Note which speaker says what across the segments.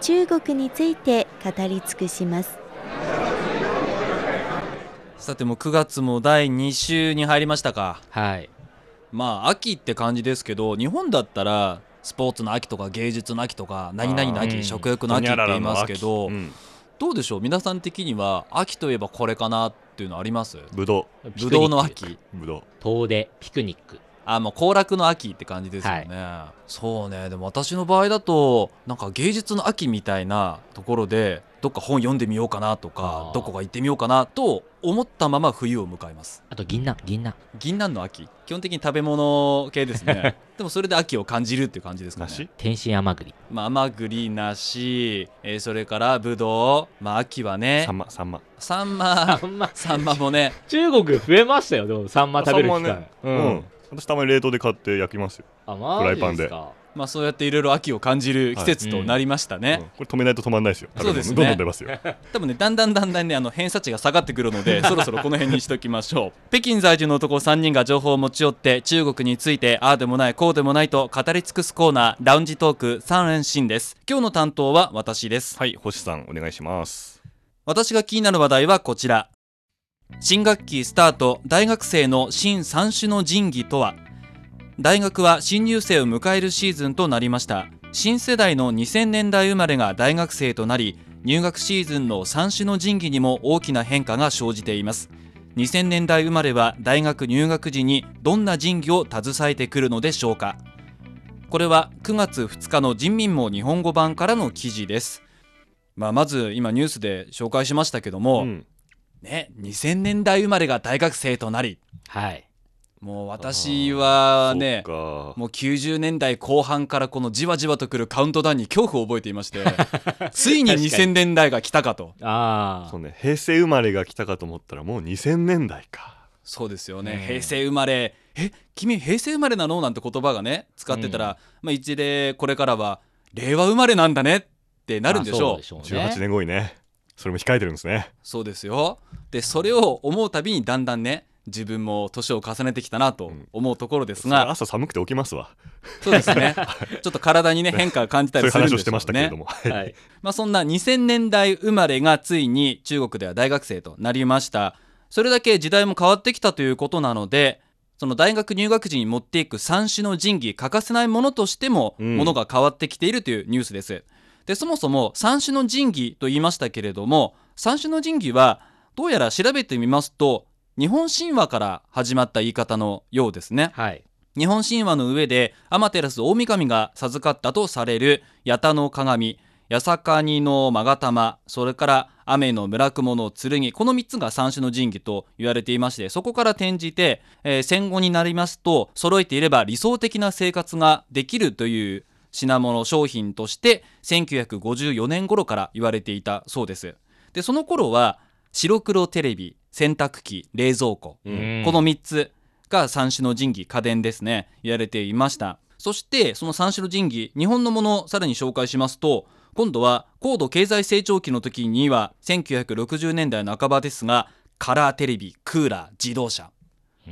Speaker 1: 中国について語り尽くします。
Speaker 2: さてもう9月も第2週に入りましたか
Speaker 3: はい。
Speaker 2: まあ秋って感じですけど日本だったらスポーツの秋とか芸術の秋とか何々の秋、
Speaker 4: うん
Speaker 2: 食欲の秋って言いますけど、
Speaker 4: うん、
Speaker 2: どうでしょう皆さん的には秋といえばこれかなっていうのあります
Speaker 4: ぶど
Speaker 2: ぶどうの秋
Speaker 4: うぶどう
Speaker 3: ピクニック。遠出、ピクニック。
Speaker 2: あもう行楽の秋って感じですよね、そうねでも私の場合だとなんか芸術の秋みたいなところでどっか本読んでみようかなと
Speaker 3: あ
Speaker 2: か
Speaker 3: ー
Speaker 2: どこか行ってみようかなと思ったまま冬を迎えます
Speaker 3: あと、銀杏、銀杏。
Speaker 2: 銀杏の秋基本的に食べ物系です ねでもそれで秋を感じるっていう感じですかね
Speaker 4: 梨
Speaker 3: 天津甘栗。
Speaker 2: まあ甘栗梨、えーそれからぶどうまあ秋はね
Speaker 4: サンマサンマ
Speaker 2: サン マ
Speaker 3: んま、
Speaker 2: サンマもね
Speaker 3: 中国増えましたよ、でも、サンマ食べる機会。
Speaker 4: サンマね
Speaker 3: う
Speaker 4: うん、私たまに冷凍で買って焼きますよ、
Speaker 3: あ、マジです
Speaker 4: フライ
Speaker 3: か。
Speaker 2: まあそうやっていろいろ秋を感じる季節となりましたね、
Speaker 4: うんこれ止めないと止まんないですよ食べ物
Speaker 2: そうですね
Speaker 4: どんどん出ますよ
Speaker 2: 多分ねだんだんだんだんねあの偏差値が下がってくるの でそろそろこの辺にしときましょう北京在住の男3人が情報を持ち寄って中国についてああでもないこうでもないと語り尽くすコーナーラウンジトーク3連新です今日の担当は私です
Speaker 4: はい星さんお願いします
Speaker 2: 私が気になる話題はこちら新学期スタート大学生の新三種の神器とは大学は新入生を迎えるシーズンとなりました新世代の2000年代生まれが大学生となり入学シーズンの三種の神器にも大きな変化が生じています2000年代生まれは大学入学時にどんな神器を携えてくるのでしょうかこれは9月2日の人民網日本語版からの記事ですまあ、まず今ニュースで紹介しましたけども、
Speaker 4: うん
Speaker 2: ね、2000年代生まれが大学生となり
Speaker 3: はい。
Speaker 2: もう私はね
Speaker 4: そうか
Speaker 2: もう90年代後半からこのじわじわとくるカウントダウンに恐怖を覚えていまして ついに
Speaker 3: 確かに
Speaker 2: 2000年代が来たかと
Speaker 3: あ
Speaker 4: そう。
Speaker 3: あ
Speaker 4: ね平成生まれが来たかと思ったらもう2000年代か
Speaker 2: そうですよ
Speaker 3: う
Speaker 2: ね
Speaker 3: ん
Speaker 2: 平成生まれえ君平成生まれなのなんて言葉がね使ってたら、まあ、一例これからは令和生まれなんだねってなるんでし
Speaker 3: まあ
Speaker 2: ょ
Speaker 3: そう
Speaker 2: う
Speaker 3: でしょうね。
Speaker 4: 18年後にねそれも控えてるんですね
Speaker 2: そうですよでそれを思うたびにだんだんね自分も年を重ねてきたなと思うところです
Speaker 4: それ
Speaker 2: が、
Speaker 4: 朝寒くて起きますわ
Speaker 2: そうですねちょっと体にね変化を感じた
Speaker 4: そういう
Speaker 2: りするんでし
Speaker 4: 話
Speaker 2: ょう
Speaker 4: をしてましたけれ
Speaker 2: ね
Speaker 4: ども、
Speaker 3: はい。
Speaker 2: まあそんな2000年代生まれがついに中国では大学生となりましたそれだけ時代も変わってきたということなのでその大学入学時に持っていく三種の神器欠かせないものとしても
Speaker 4: うん
Speaker 2: ものが変わってきているというニュースです、でそもそも三種の神器と言いましたけれども三種の神器はどうやら調べてみますと日本神話から始まった言い方のようですね
Speaker 3: はい。
Speaker 2: 日本神話の上で天照大神が授かったとされる八田の鏡八坂にの勾玉それから雨の村雲の剣この3つが三種の神器と言われていましてそこから転じて、えー戦後になりますと揃えていれば理想的な生活ができるという品物商品として1954年頃から言われていたそうですでその頃は白黒テレビ洗濯機冷蔵庫、
Speaker 4: うん
Speaker 2: この3つが三種の神器家電ですね言われていましたそしてその三種の神器日本のものをさらに紹介しますと今度は高度経済成長期の時には1960年代半ばですがカラーテレビクーラー自動車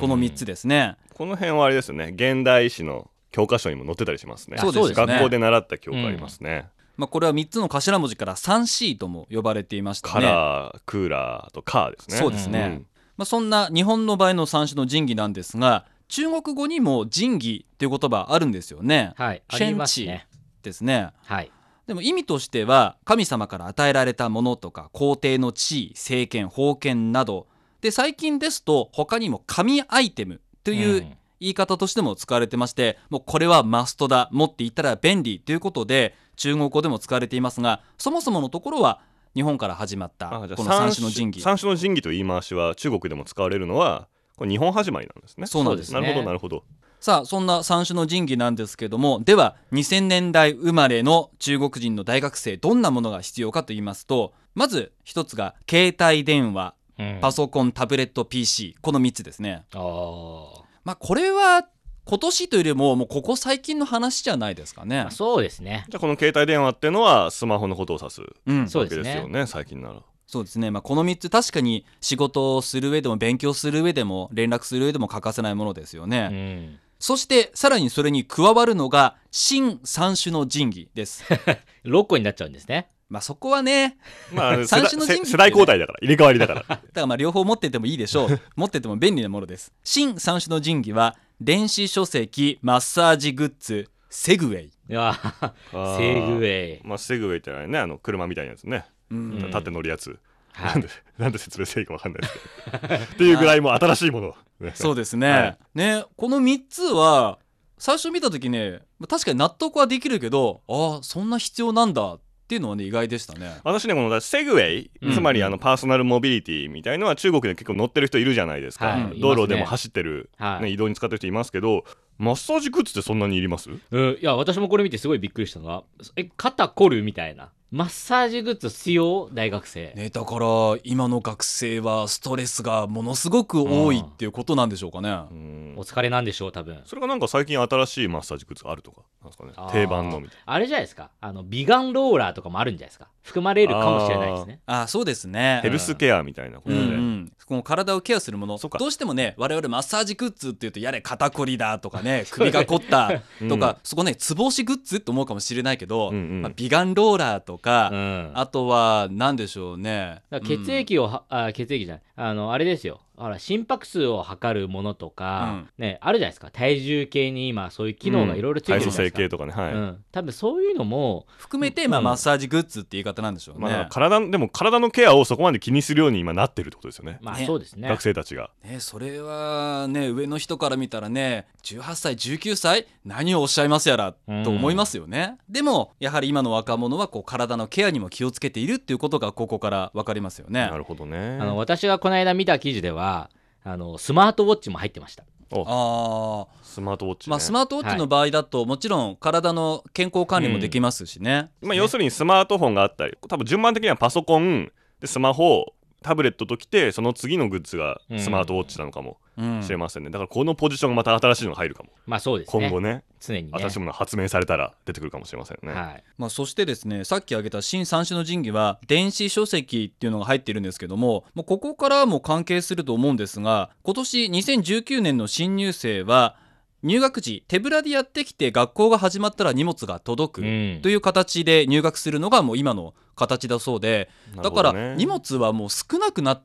Speaker 2: この3つですね、
Speaker 4: この辺はあれですよね現代史の教科書にも載ってたりしますね
Speaker 2: そうですね
Speaker 4: 学校で習った教科ありますね、
Speaker 2: まあ、これは3つの頭文字から 3C とも呼ばれていましたね
Speaker 4: カラー、クーラーとカーですね
Speaker 2: そうですね、
Speaker 4: ん
Speaker 2: まあ、そんな日本の場合の三種の神器なんですが中国語にも神器という言葉あるんですよね、
Speaker 3: はい。あ
Speaker 2: シェンチ
Speaker 3: りますね。
Speaker 2: ですね
Speaker 3: はい。
Speaker 2: でも意味としては神様から与えられたものとか皇帝の地位政権封建などで最近ですと他にも神アイテムという
Speaker 3: うん
Speaker 2: 言い方としても使われてましてもうこれはマストだ持っていったら便利ということで中国語でも使われていますがそもそものところは日本から始まった
Speaker 4: あじゃあ
Speaker 2: この三種の神器
Speaker 4: 三種の神器という言い回しは中国でも使われるのはこれ日本始まりなんですね
Speaker 2: そうなんです
Speaker 3: ね
Speaker 4: なるほどなるほど
Speaker 2: さあそんな三種の神器なんですけどもでは2000年代生まれの中国人の大学生どんなものが必要かと言いますとまず一つが携帯電話
Speaker 3: うん
Speaker 2: パソコンタブレット PC この3つですね
Speaker 3: あー
Speaker 2: まあこれは今年というよりももうここ最近の話じゃないですかね
Speaker 3: まあ、そうですね。
Speaker 4: じゃあこの携帯電話ってのはスマホのことを指すわ
Speaker 2: うん
Speaker 3: そう
Speaker 4: け
Speaker 3: です
Speaker 4: です
Speaker 3: ね
Speaker 4: よね最近な ら
Speaker 2: そうですね、まあ、この3つ確かに仕事をする上でも勉強する上でも連絡する上でも欠かせないものですよね、
Speaker 3: うん、
Speaker 2: そしてさらにそれに加わるのが新三種の神器です
Speaker 3: 6個になっちゃうんですね。
Speaker 2: まあそこはね
Speaker 4: まあ世
Speaker 2: 三
Speaker 4: 代
Speaker 2: 種の神器
Speaker 4: 世世代交代だから入れ替わりだから
Speaker 2: だからまあ両方持っててもいいでしょう持ってても便利なものです新三種の神器は電子書籍マッサージグッズセグウェイ、
Speaker 3: いや
Speaker 4: あー
Speaker 3: セグウェイ。
Speaker 4: まあセグウェイってのはねあの車みたいなやつね
Speaker 2: うん
Speaker 3: うん
Speaker 4: 立って乗るやつ、
Speaker 3: は
Speaker 4: ないんでなんで説明していいかわかんないですけど っていうぐらいもう新しいもの、ね
Speaker 2: そうですね、
Speaker 4: はい
Speaker 2: ねこの3つは最初見た時ね確かに納得はできるけどああそんな必要なんだっていうのはね意外でしたね
Speaker 4: 私ねこのセグウェイ、
Speaker 3: うん
Speaker 4: つまりあのパーソナルモビリティみたいのは中国で結構乗ってる人いるじゃないですか、
Speaker 3: はい
Speaker 2: いますね
Speaker 4: 道路でも走ってる、
Speaker 3: はい
Speaker 4: ね移動に使ってる人いますけどマッサージグッズってそんなにいります
Speaker 3: うん、いや私もこれ見てすごいびっくりしたのはえ肩凝るみたいなマッサージグッズ必要大学生、
Speaker 2: ねだから今の学生はストレスがものすごく多いっていうことなんでしょうかね、
Speaker 4: うーん
Speaker 3: お疲れなんでしょう多分
Speaker 4: それがなんか最近新しいマッサージグッズあるとかなんですかね
Speaker 3: あー
Speaker 4: 定番のみたい
Speaker 3: あれじゃないですかあの美顔ローラーとかもあるんじゃないですか含まれるかもしれないですね
Speaker 2: ああそうですね
Speaker 4: なヘルスケアみたいなこと
Speaker 2: うん
Speaker 4: で、
Speaker 2: うん、この体をケアするもの
Speaker 4: そうか
Speaker 2: どうしてもね我々マッサージグッズっていうとやれ肩こりだとか ね首が凝ったとか、そこねつぼ押しグッズって思うかもしれないけど、
Speaker 4: うんうん
Speaker 2: まあ、美顔ローラーとか、
Speaker 3: うん
Speaker 2: あとは何でしょうね
Speaker 3: だから血液をは、あ血液じゃないあのあれですよほら心拍数を測るものとか、ね、あるじゃないですか体重計に今そういう機能がいろいろついてる
Speaker 4: 体
Speaker 3: じゃ
Speaker 4: 組
Speaker 3: な
Speaker 4: 成
Speaker 3: いですか、
Speaker 4: 系とかねはい、
Speaker 3: うん、多分そういうのも
Speaker 2: うん含めて、まあ、
Speaker 3: うん
Speaker 2: マッサージグッズって言い方なんでしょうね,、
Speaker 4: まあ、だから体のでも体のケアをそこまで気にするように今なってるってことですよね
Speaker 3: まあ
Speaker 2: ね
Speaker 3: そうですね
Speaker 4: 学生たちが
Speaker 2: ねそれはね上の人から見たらね18歳19歳何をおっしゃいますやらと思いますよね、でもやはり今の若者はこう体のケアにも気をつけているっていうことがここから分かりますよね
Speaker 4: なるほどね
Speaker 3: あの私がこの間見た記事ではあのスマートウォッチも入ってました
Speaker 4: お
Speaker 2: ああ
Speaker 4: スマートウォッチ、ね
Speaker 2: まあ、スマートウォッチの場合だと、もちろん体の健康管理もできますしね、
Speaker 4: まあ、要するにスマートフォンがあったり多分順番的にはパソコンでスマホタブレットときてその次のグッズがスマートウォッチなのかも
Speaker 2: うん
Speaker 4: しれませんね、だからこのポジションがまた新しいのが入るかも、
Speaker 3: まあそうですね
Speaker 4: 今後ね
Speaker 3: 常にね
Speaker 4: 新しいものが発明されたら出てくるかもしれませんね、
Speaker 3: はい
Speaker 2: まあ、そしてですねさっき挙げた新三種の神器は電子書籍っていうのが入っているんですけどももうここからも関係すると思うんですが今年2019年の新入生は入学時手ぶらでやってきて学校が始まったら荷物が届く
Speaker 3: うん
Speaker 2: という形で入学するのがもう今の形だそうで
Speaker 4: な
Speaker 2: だ
Speaker 4: るほ
Speaker 2: か
Speaker 4: どね
Speaker 2: ら荷物はもう少なくなって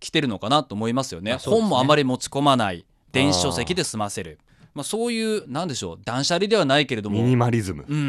Speaker 2: きてるのかなと思いますよね
Speaker 3: あそうですね
Speaker 2: 本もあまり持ち込まない電子書籍で済ませるまあ、そういうなんでしょう断捨離ではないけれども
Speaker 4: ミニマリズム、
Speaker 2: うん
Speaker 3: う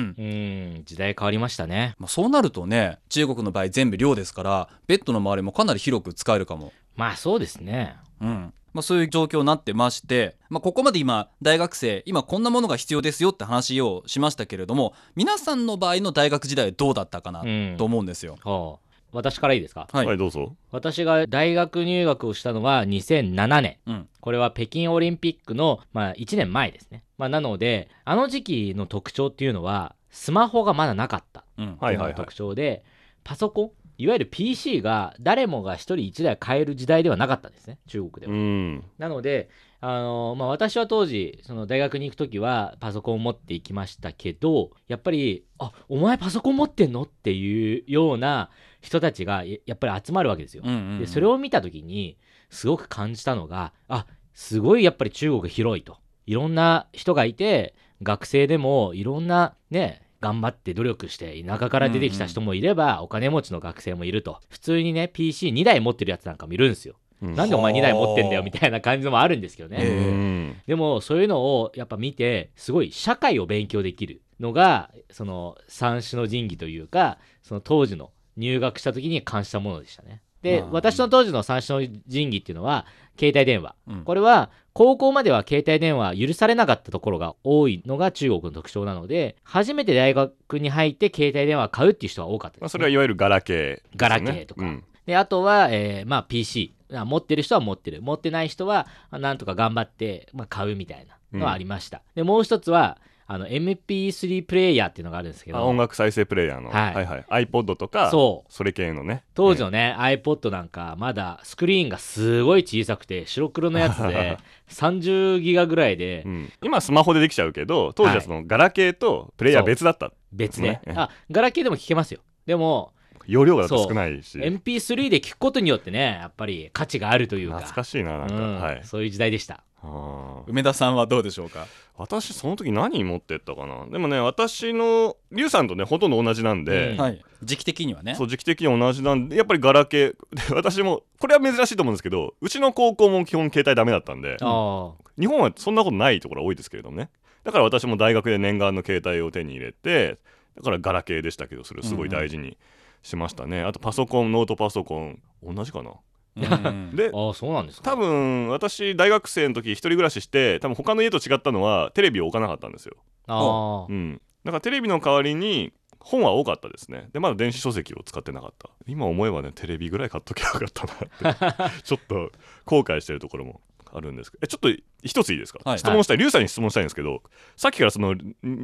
Speaker 3: ん時代変わりましたね
Speaker 2: まあ、そうなるとね中国の場合全部量ですからベッドの周りもかなり広く使えるかも、
Speaker 3: まあそうですね
Speaker 2: うんまあ、そういう状況になってまして、まあ、ここまで今大学生今こんなものが必要ですよって話をしましたけれども皆さんの場合の大学時代はどうだったかな
Speaker 3: うん
Speaker 2: と思うんですよ。
Speaker 3: ほう私からいいですか
Speaker 2: は
Speaker 4: はいい、どうぞ
Speaker 3: 私が大学入学をしたのは2007年
Speaker 2: うん
Speaker 3: これは北京オリンピックの、まあ、1年前ですね、まあ、なのであの時期の特徴っていうのはスマホがまだなかった
Speaker 2: うん
Speaker 4: はいはい
Speaker 3: の
Speaker 4: は
Speaker 3: が
Speaker 4: い
Speaker 3: 特徴で、パソコンいわゆる PC が誰もが1人1台買える時代ではなかったんですね中国では
Speaker 4: うん
Speaker 3: なので、あのまあ、私は当時、その大学に行くときはパソコンを持って行きましたけど、やっぱり、あお前パソコン持ってんのっていうような人たちがややっぱり集まるわけですよ。
Speaker 2: うんうんうん
Speaker 3: でそれを見たときに、すごく感じたのが、あすごいやっぱり中国広いと。いろんな人がいて、学生でもいろんなね、頑張って努力して田舎から出てきた人もいれば、お金持ちの学生もいると普通にね PC2 台持ってるやつなんかもいるんですよ
Speaker 4: うん
Speaker 3: なんでお前2台持ってんだよみたいな感じのもあるんですけどね、
Speaker 4: うん
Speaker 2: え
Speaker 3: でもそういうのをやっぱ見てすごい社会を勉強できるのがその三種の神器というかその当時の入学した時に感じたものでしたねで、
Speaker 2: うん
Speaker 3: 私の当時の三種の神器っていうのは携帯電話
Speaker 2: うん
Speaker 3: これは高校までは携帯電話許されなかったところが多いのが中国の特徴なので初めて大学に入って携帯電話買うっていう人は多かっ
Speaker 4: ま
Speaker 3: たで
Speaker 4: あ、
Speaker 3: す、
Speaker 4: そ
Speaker 3: ね
Speaker 4: れはいわゆるガラケーですね、
Speaker 3: ガラケーとか
Speaker 4: うん
Speaker 3: であとは、えーまあ、PC あ持ってる人は持ってる持ってない人はあなんとか頑張って、まあ、買うみたいなのはありました、でもう一つはあの MP3 プレイヤーっていうのがあるんですけど
Speaker 4: あ音楽再生プレイヤーの、
Speaker 3: はい
Speaker 4: はいはい iPod とか
Speaker 3: そう
Speaker 4: それ系のね
Speaker 3: 当時のね、iPod なんかまだスクリーンがすごい小さくて白黒のやつで 30ギガぐらいで
Speaker 4: うんうん今スマホでできちゃうけど当時はそのガラケーとプレイヤー別だった、
Speaker 3: 別で、
Speaker 4: そうね
Speaker 3: あガラケーでも聞けますよでも
Speaker 4: 容量がだって少ないし
Speaker 3: MP3 で聞くことによってねやっぱり価値があるというか
Speaker 4: 懐かしいななんか、
Speaker 3: うん
Speaker 4: はい
Speaker 3: そういう時代でした
Speaker 4: あー
Speaker 2: 梅田さんはどうでしょうか
Speaker 4: 私その時何持ってったかなでもね私のリュウさんとねほとんど同じなんで、
Speaker 3: うん
Speaker 2: はい時期的にはね
Speaker 4: そう時期的に同じなんでやっぱりガラケーで私もこれは珍しいと思うんですけどうちの高校も基本携帯ダメだったんで
Speaker 3: あー
Speaker 4: 日本はそんなことないところが多いですけれどもねだから私も大学で念願の携帯を手に入れてだからガラケーでしたけどそれをすごい大事にしましたね、あとパソコンノートパソコン同じかな
Speaker 2: うん
Speaker 4: で
Speaker 3: あーそうなんですか
Speaker 4: 多分私大学生の時一人暮らしして多分他の家と違ったのはテレビを置かなかったんですよ
Speaker 3: あー
Speaker 4: うん、だからテレビの代わりに本は多かったですねでまだ電子書籍を使ってなかった今思えばねテレビぐらい買っときゃよかった なってちょっと後悔してるところもあるんですけどえちょっと一ついいですか、
Speaker 2: はい
Speaker 4: 質問したい劉さんに質問したいんですけどさっきからそのん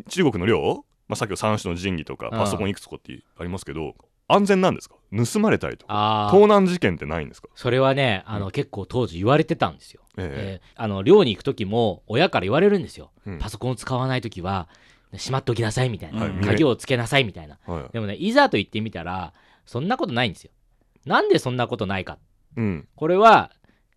Speaker 4: 中国の量、まあ、さっきの三種の神器とか
Speaker 3: うん
Speaker 4: パソコンいくつかってありますけど安全なんですか盗まれたりとか
Speaker 3: あー
Speaker 4: 盗難事件ってないんですか
Speaker 3: それはねあの、結構当時言われてたんですよ、
Speaker 4: え
Speaker 3: えーあの寮に行く時も親から言われるんですよ、
Speaker 4: うん
Speaker 3: パソコンを使わない時はしまっておきなさいみたいな、
Speaker 2: はい見
Speaker 4: れ
Speaker 3: 鍵をつけなさいみたいな
Speaker 4: えはい
Speaker 3: でもねいざと言ってみたらそんなことないんですよなんでそんなことないか
Speaker 4: うん
Speaker 3: これは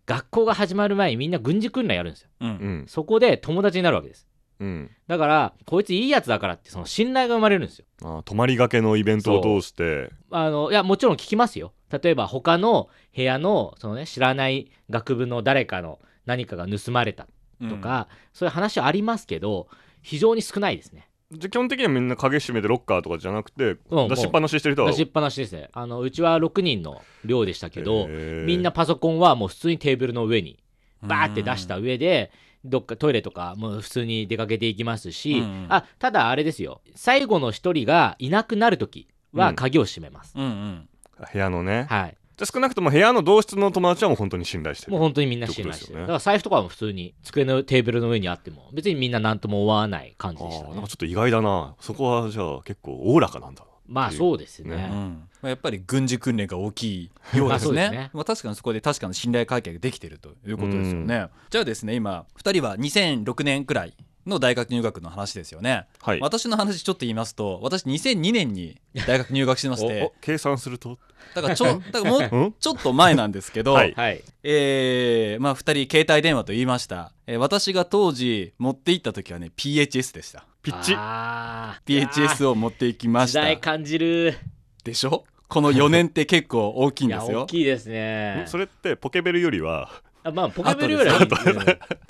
Speaker 3: 学校が始まる前にみんな軍事訓練やるんですよ
Speaker 2: う
Speaker 4: うんん
Speaker 3: そこで友達になるわけです
Speaker 4: うん
Speaker 3: だからこいついいやつだからってその信頼が生まれるんですよ
Speaker 4: あー泊まりがけのイベントを通して
Speaker 3: あのいやもちろん聞きますよ例えば他の部屋のその、ね、知らない学部の誰かの何かが盗まれたとか、そういう話はありますけど非常に少ないですね
Speaker 4: じゃ基本的にはみんな鍵閉めてロッカーとかじゃなくて
Speaker 3: うん
Speaker 4: 出しっぱなししてる人は
Speaker 3: 出しっぱなしですねあのうちは6人の寮でしたけど、
Speaker 4: へー
Speaker 3: みんなパソコンはもう普通にテーブルの上にバーって出した
Speaker 2: うん
Speaker 3: 上で、どっかトイレとかもう普通に出かけていきますし、
Speaker 2: うん
Speaker 3: あただあれですよ最後の一人がいなくなる時
Speaker 4: う
Speaker 3: は
Speaker 4: ん
Speaker 3: 鍵を閉めます、
Speaker 2: うんうん
Speaker 4: 部屋のね、
Speaker 3: はい
Speaker 4: じゃあ少なくとも部屋の同室の友達はもう本当に信頼してる
Speaker 3: もう本当にみんな信頼し
Speaker 4: ってことです
Speaker 3: て
Speaker 4: よね
Speaker 3: る、だから財布とかも普通に机のテーブルの上にあっても別にみんな何とも思わない感じでした
Speaker 4: あーなん
Speaker 3: ね
Speaker 4: かちょっと意外だなそこはじゃあ結構おおらかなんだ
Speaker 3: まあそうですね
Speaker 4: ね
Speaker 2: うんまあやっぱり軍事訓練が大きいよう
Speaker 3: ま
Speaker 2: で
Speaker 3: あそ
Speaker 2: す
Speaker 3: うです
Speaker 2: ね
Speaker 3: ね。
Speaker 2: まあ確かにそこで確かに信頼関係ができているということですよね。じゃあですね今2人は2006年くらいの大学入学の話ですよね。
Speaker 4: はい
Speaker 2: 私の話ちょっと言いますと私2002年に大学入学してま し
Speaker 4: おお
Speaker 2: て
Speaker 4: 計算すると
Speaker 2: だからちょだからもう
Speaker 4: うん
Speaker 2: ちょっと前なんですけど、
Speaker 4: はい
Speaker 3: はい
Speaker 2: えーまあ、2人携帯電話と言いました、えー私が当時持って行った時はね PHS でした
Speaker 4: ピッチ
Speaker 3: あー
Speaker 2: PHS を持って行きまし
Speaker 3: 時
Speaker 2: た
Speaker 3: 代感じる
Speaker 2: でしょこの4年って結構大きいん
Speaker 3: い
Speaker 2: で
Speaker 3: や
Speaker 2: すよ
Speaker 3: 大きいですね
Speaker 4: んそれってポケベルよりは
Speaker 3: あまあポケベルよりはいい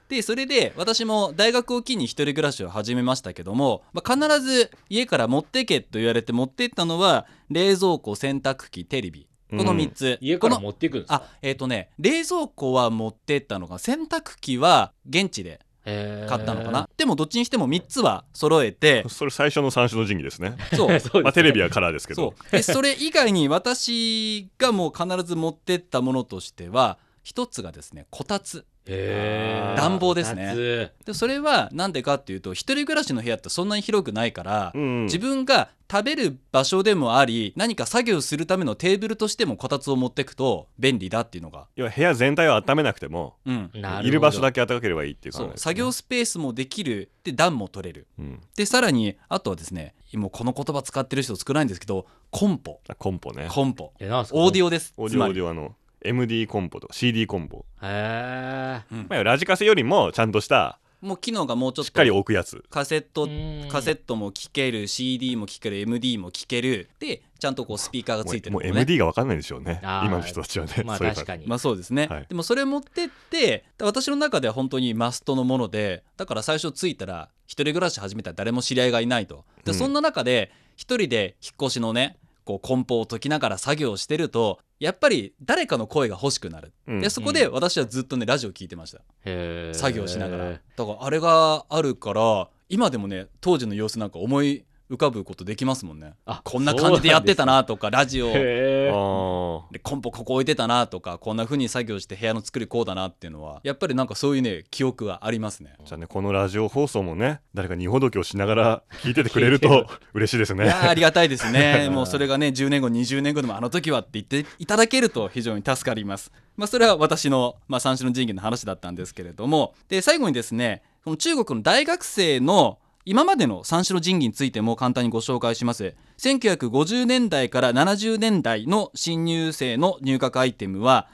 Speaker 2: でそれで私も大学を機に一人暮らしを始めましたけども、まあ、必ず家から持ってけと言われて持ってったのは冷蔵庫洗濯機テレビこの3つ、
Speaker 3: 家
Speaker 2: こ
Speaker 3: か
Speaker 2: の
Speaker 3: ら持っていくんです
Speaker 2: あえっ、とね冷蔵庫は持ってったのが洗濯機は現地で買
Speaker 3: 買
Speaker 2: ったのかな、でもどっちにしても3つは揃え て
Speaker 4: それ最初の三種の神器ですね
Speaker 2: そう
Speaker 3: そう
Speaker 4: まあテレビはカラーですけど
Speaker 2: そうでそれ以外に私がもう必ず持ってったものとしては一つがですねこたつ
Speaker 3: へー
Speaker 2: 暖房ですね
Speaker 3: 夏
Speaker 2: でそれはなんでかっていうと一人暮らしの部屋ってそんなに広くないから、
Speaker 4: うん
Speaker 2: 自分が食べる場所でもあり何か作業するためのテーブルとしてもこたつを持ってくと便利だっていうのが、
Speaker 4: 要は部屋全体を温めなくても
Speaker 2: うん
Speaker 3: なるほど
Speaker 4: いる場所だけ暖かければいいっていう
Speaker 2: そ
Speaker 4: 感
Speaker 2: う
Speaker 4: じ
Speaker 2: 作業スペースもできるで暖も取れる
Speaker 4: うん
Speaker 2: でさらにあとはですねもうこの言葉使ってる人少ないんですけどコンポ
Speaker 4: あコンポね
Speaker 2: コンポ
Speaker 3: えなんすか
Speaker 2: オーディオです
Speaker 4: オー
Speaker 2: つ
Speaker 4: ディオ
Speaker 2: ま
Speaker 4: オ
Speaker 2: り
Speaker 4: ーディオあの MD コンポとか CD コンポ、
Speaker 3: へ
Speaker 2: うん
Speaker 4: まあ、ラジカセよりもちゃんとした
Speaker 2: もう機能がもうちょっ
Speaker 4: しっかり
Speaker 2: と
Speaker 4: 置くやつ
Speaker 2: カセット
Speaker 3: ー
Speaker 2: カセットも聴ける CD も聴ける MD も聴けるでちゃんとこうスピーカーがついてる
Speaker 4: もうもう
Speaker 2: ね
Speaker 4: MD が分かんないでしょうね
Speaker 3: あー
Speaker 4: 今の人たちはね、
Speaker 3: まあ
Speaker 4: そういう
Speaker 3: 確かに
Speaker 2: まあそうですね、
Speaker 4: はい
Speaker 2: でもそれ持ってって私の中では本当にマストのものでだから最初着いたら一人暮らし始めたら誰も知り合いがいないと
Speaker 4: う
Speaker 2: で、
Speaker 4: ん
Speaker 2: そんな中で一人で引っ越しのねこう梱包を解きながら作業をしてるとやっぱり誰かの声が欲しくなる、
Speaker 4: うん
Speaker 2: でそこで私はずっとねラジオ聞いてました、
Speaker 3: え
Speaker 2: 作業しながらだからあれがあるから今でもね当時の様子なんか思い浮かぶことできますもんね
Speaker 3: あ
Speaker 2: こんな感じでやってた
Speaker 3: そう
Speaker 2: なとかラジオ
Speaker 3: なんですねへー
Speaker 4: あ
Speaker 2: でコンポここ置いてたなとかこんな風に作業して部屋の作りこうだなっていうのはやっぱりなんかそういうね記憶がありますね
Speaker 4: ーじゃあねこのラジオ放送もね誰か荷ほどきをしながら聞いててくれると嬉しいです
Speaker 2: い
Speaker 4: ね
Speaker 2: やーありがたいですね
Speaker 3: うん
Speaker 2: もうそれがね10年後20年後でもあの時はって言っていただけると非常に助かりますまあそれは私の、まあ、三種の神器の話だったんですけれどもで最後にですねこの中国の大学生の今までの三種の神器についても簡単にご紹介します1950年代から70年代の新入生の入学アイテムは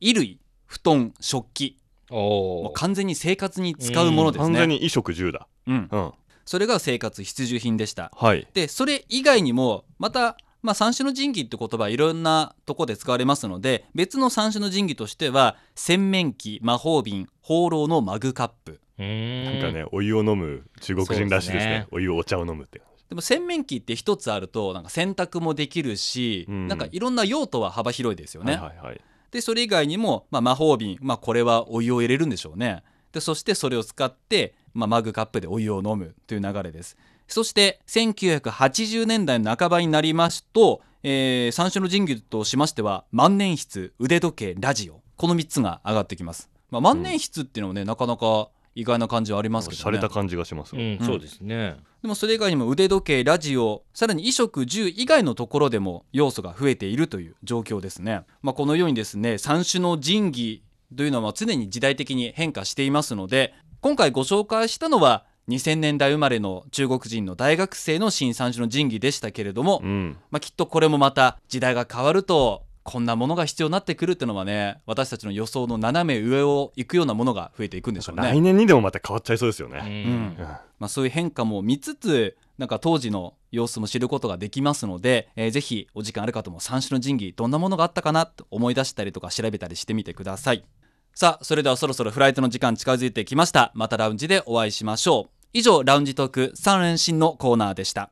Speaker 2: 衣類布団食器
Speaker 3: おー
Speaker 2: もう完全に生活に使うものです
Speaker 4: 完全
Speaker 2: ね
Speaker 4: に衣食住だ
Speaker 2: うん
Speaker 4: うん
Speaker 2: それが生活必需品でした
Speaker 4: はい
Speaker 2: でそれ以外にもまた、まあ、三種の神器って言葉いろんなとこで使われますので別の三種の神器としては洗面器魔法瓶放浪のマグカップ
Speaker 3: うー
Speaker 4: なんかねお湯を飲む中国人らしいですね
Speaker 3: そうですね
Speaker 4: お湯お茶を飲むって
Speaker 2: でも洗面器って一つあるとなんか洗濯もできるし、
Speaker 4: うん
Speaker 2: なんかいろんな用途は幅広いですよね、
Speaker 4: はいはいはい
Speaker 2: でそれ以外にも、まあ、魔法瓶、まあ、これはお湯を入れるんでしょうねでそしてそれを使って、まあ、マグカップでお湯を飲むという流れですそして1980年代の半ばになりますと、えー三種の神器としましては万年筆腕時計ラジオこの3つが上がってきます、まあ、万年筆っていうのもね、なかなか意外な感じはありますけ
Speaker 4: 洒
Speaker 2: ど
Speaker 4: れ
Speaker 2: ね
Speaker 4: た感じがします、
Speaker 3: うん、そうですね。
Speaker 2: でもそれ以外にも腕時計ラジオさらに衣食住以外のところでも要素が増えているという状況ですね、まあ、このようにですね三種の神器というのは常に時代的に変化していますので今回ご紹介したのは2000年代生まれの中国人の大学生の新三種の神器でしたけれども、
Speaker 4: うん
Speaker 2: まあ、きっとこれもまた時代が変わるとこんなものが必要になってくるっていうのはね私たちの予想の斜め上を行くようなものが増えていくんでしょうね。
Speaker 4: 来年にでもまた変わっちゃいそうですよ
Speaker 3: う
Speaker 4: ね、
Speaker 3: ん
Speaker 4: うん
Speaker 2: まあ、そういう変化も見つつなんか当時の様子も知ることができますので、えーぜひお時間ある方も三種の神器どんなものがあったかなと思い出したりとか調べたりしてみてくださいさあそれではそろそろフライトの時間近づいてきましたまたラウンジでお会いしましょう以上ラウンジトーク三連新のコーナーでした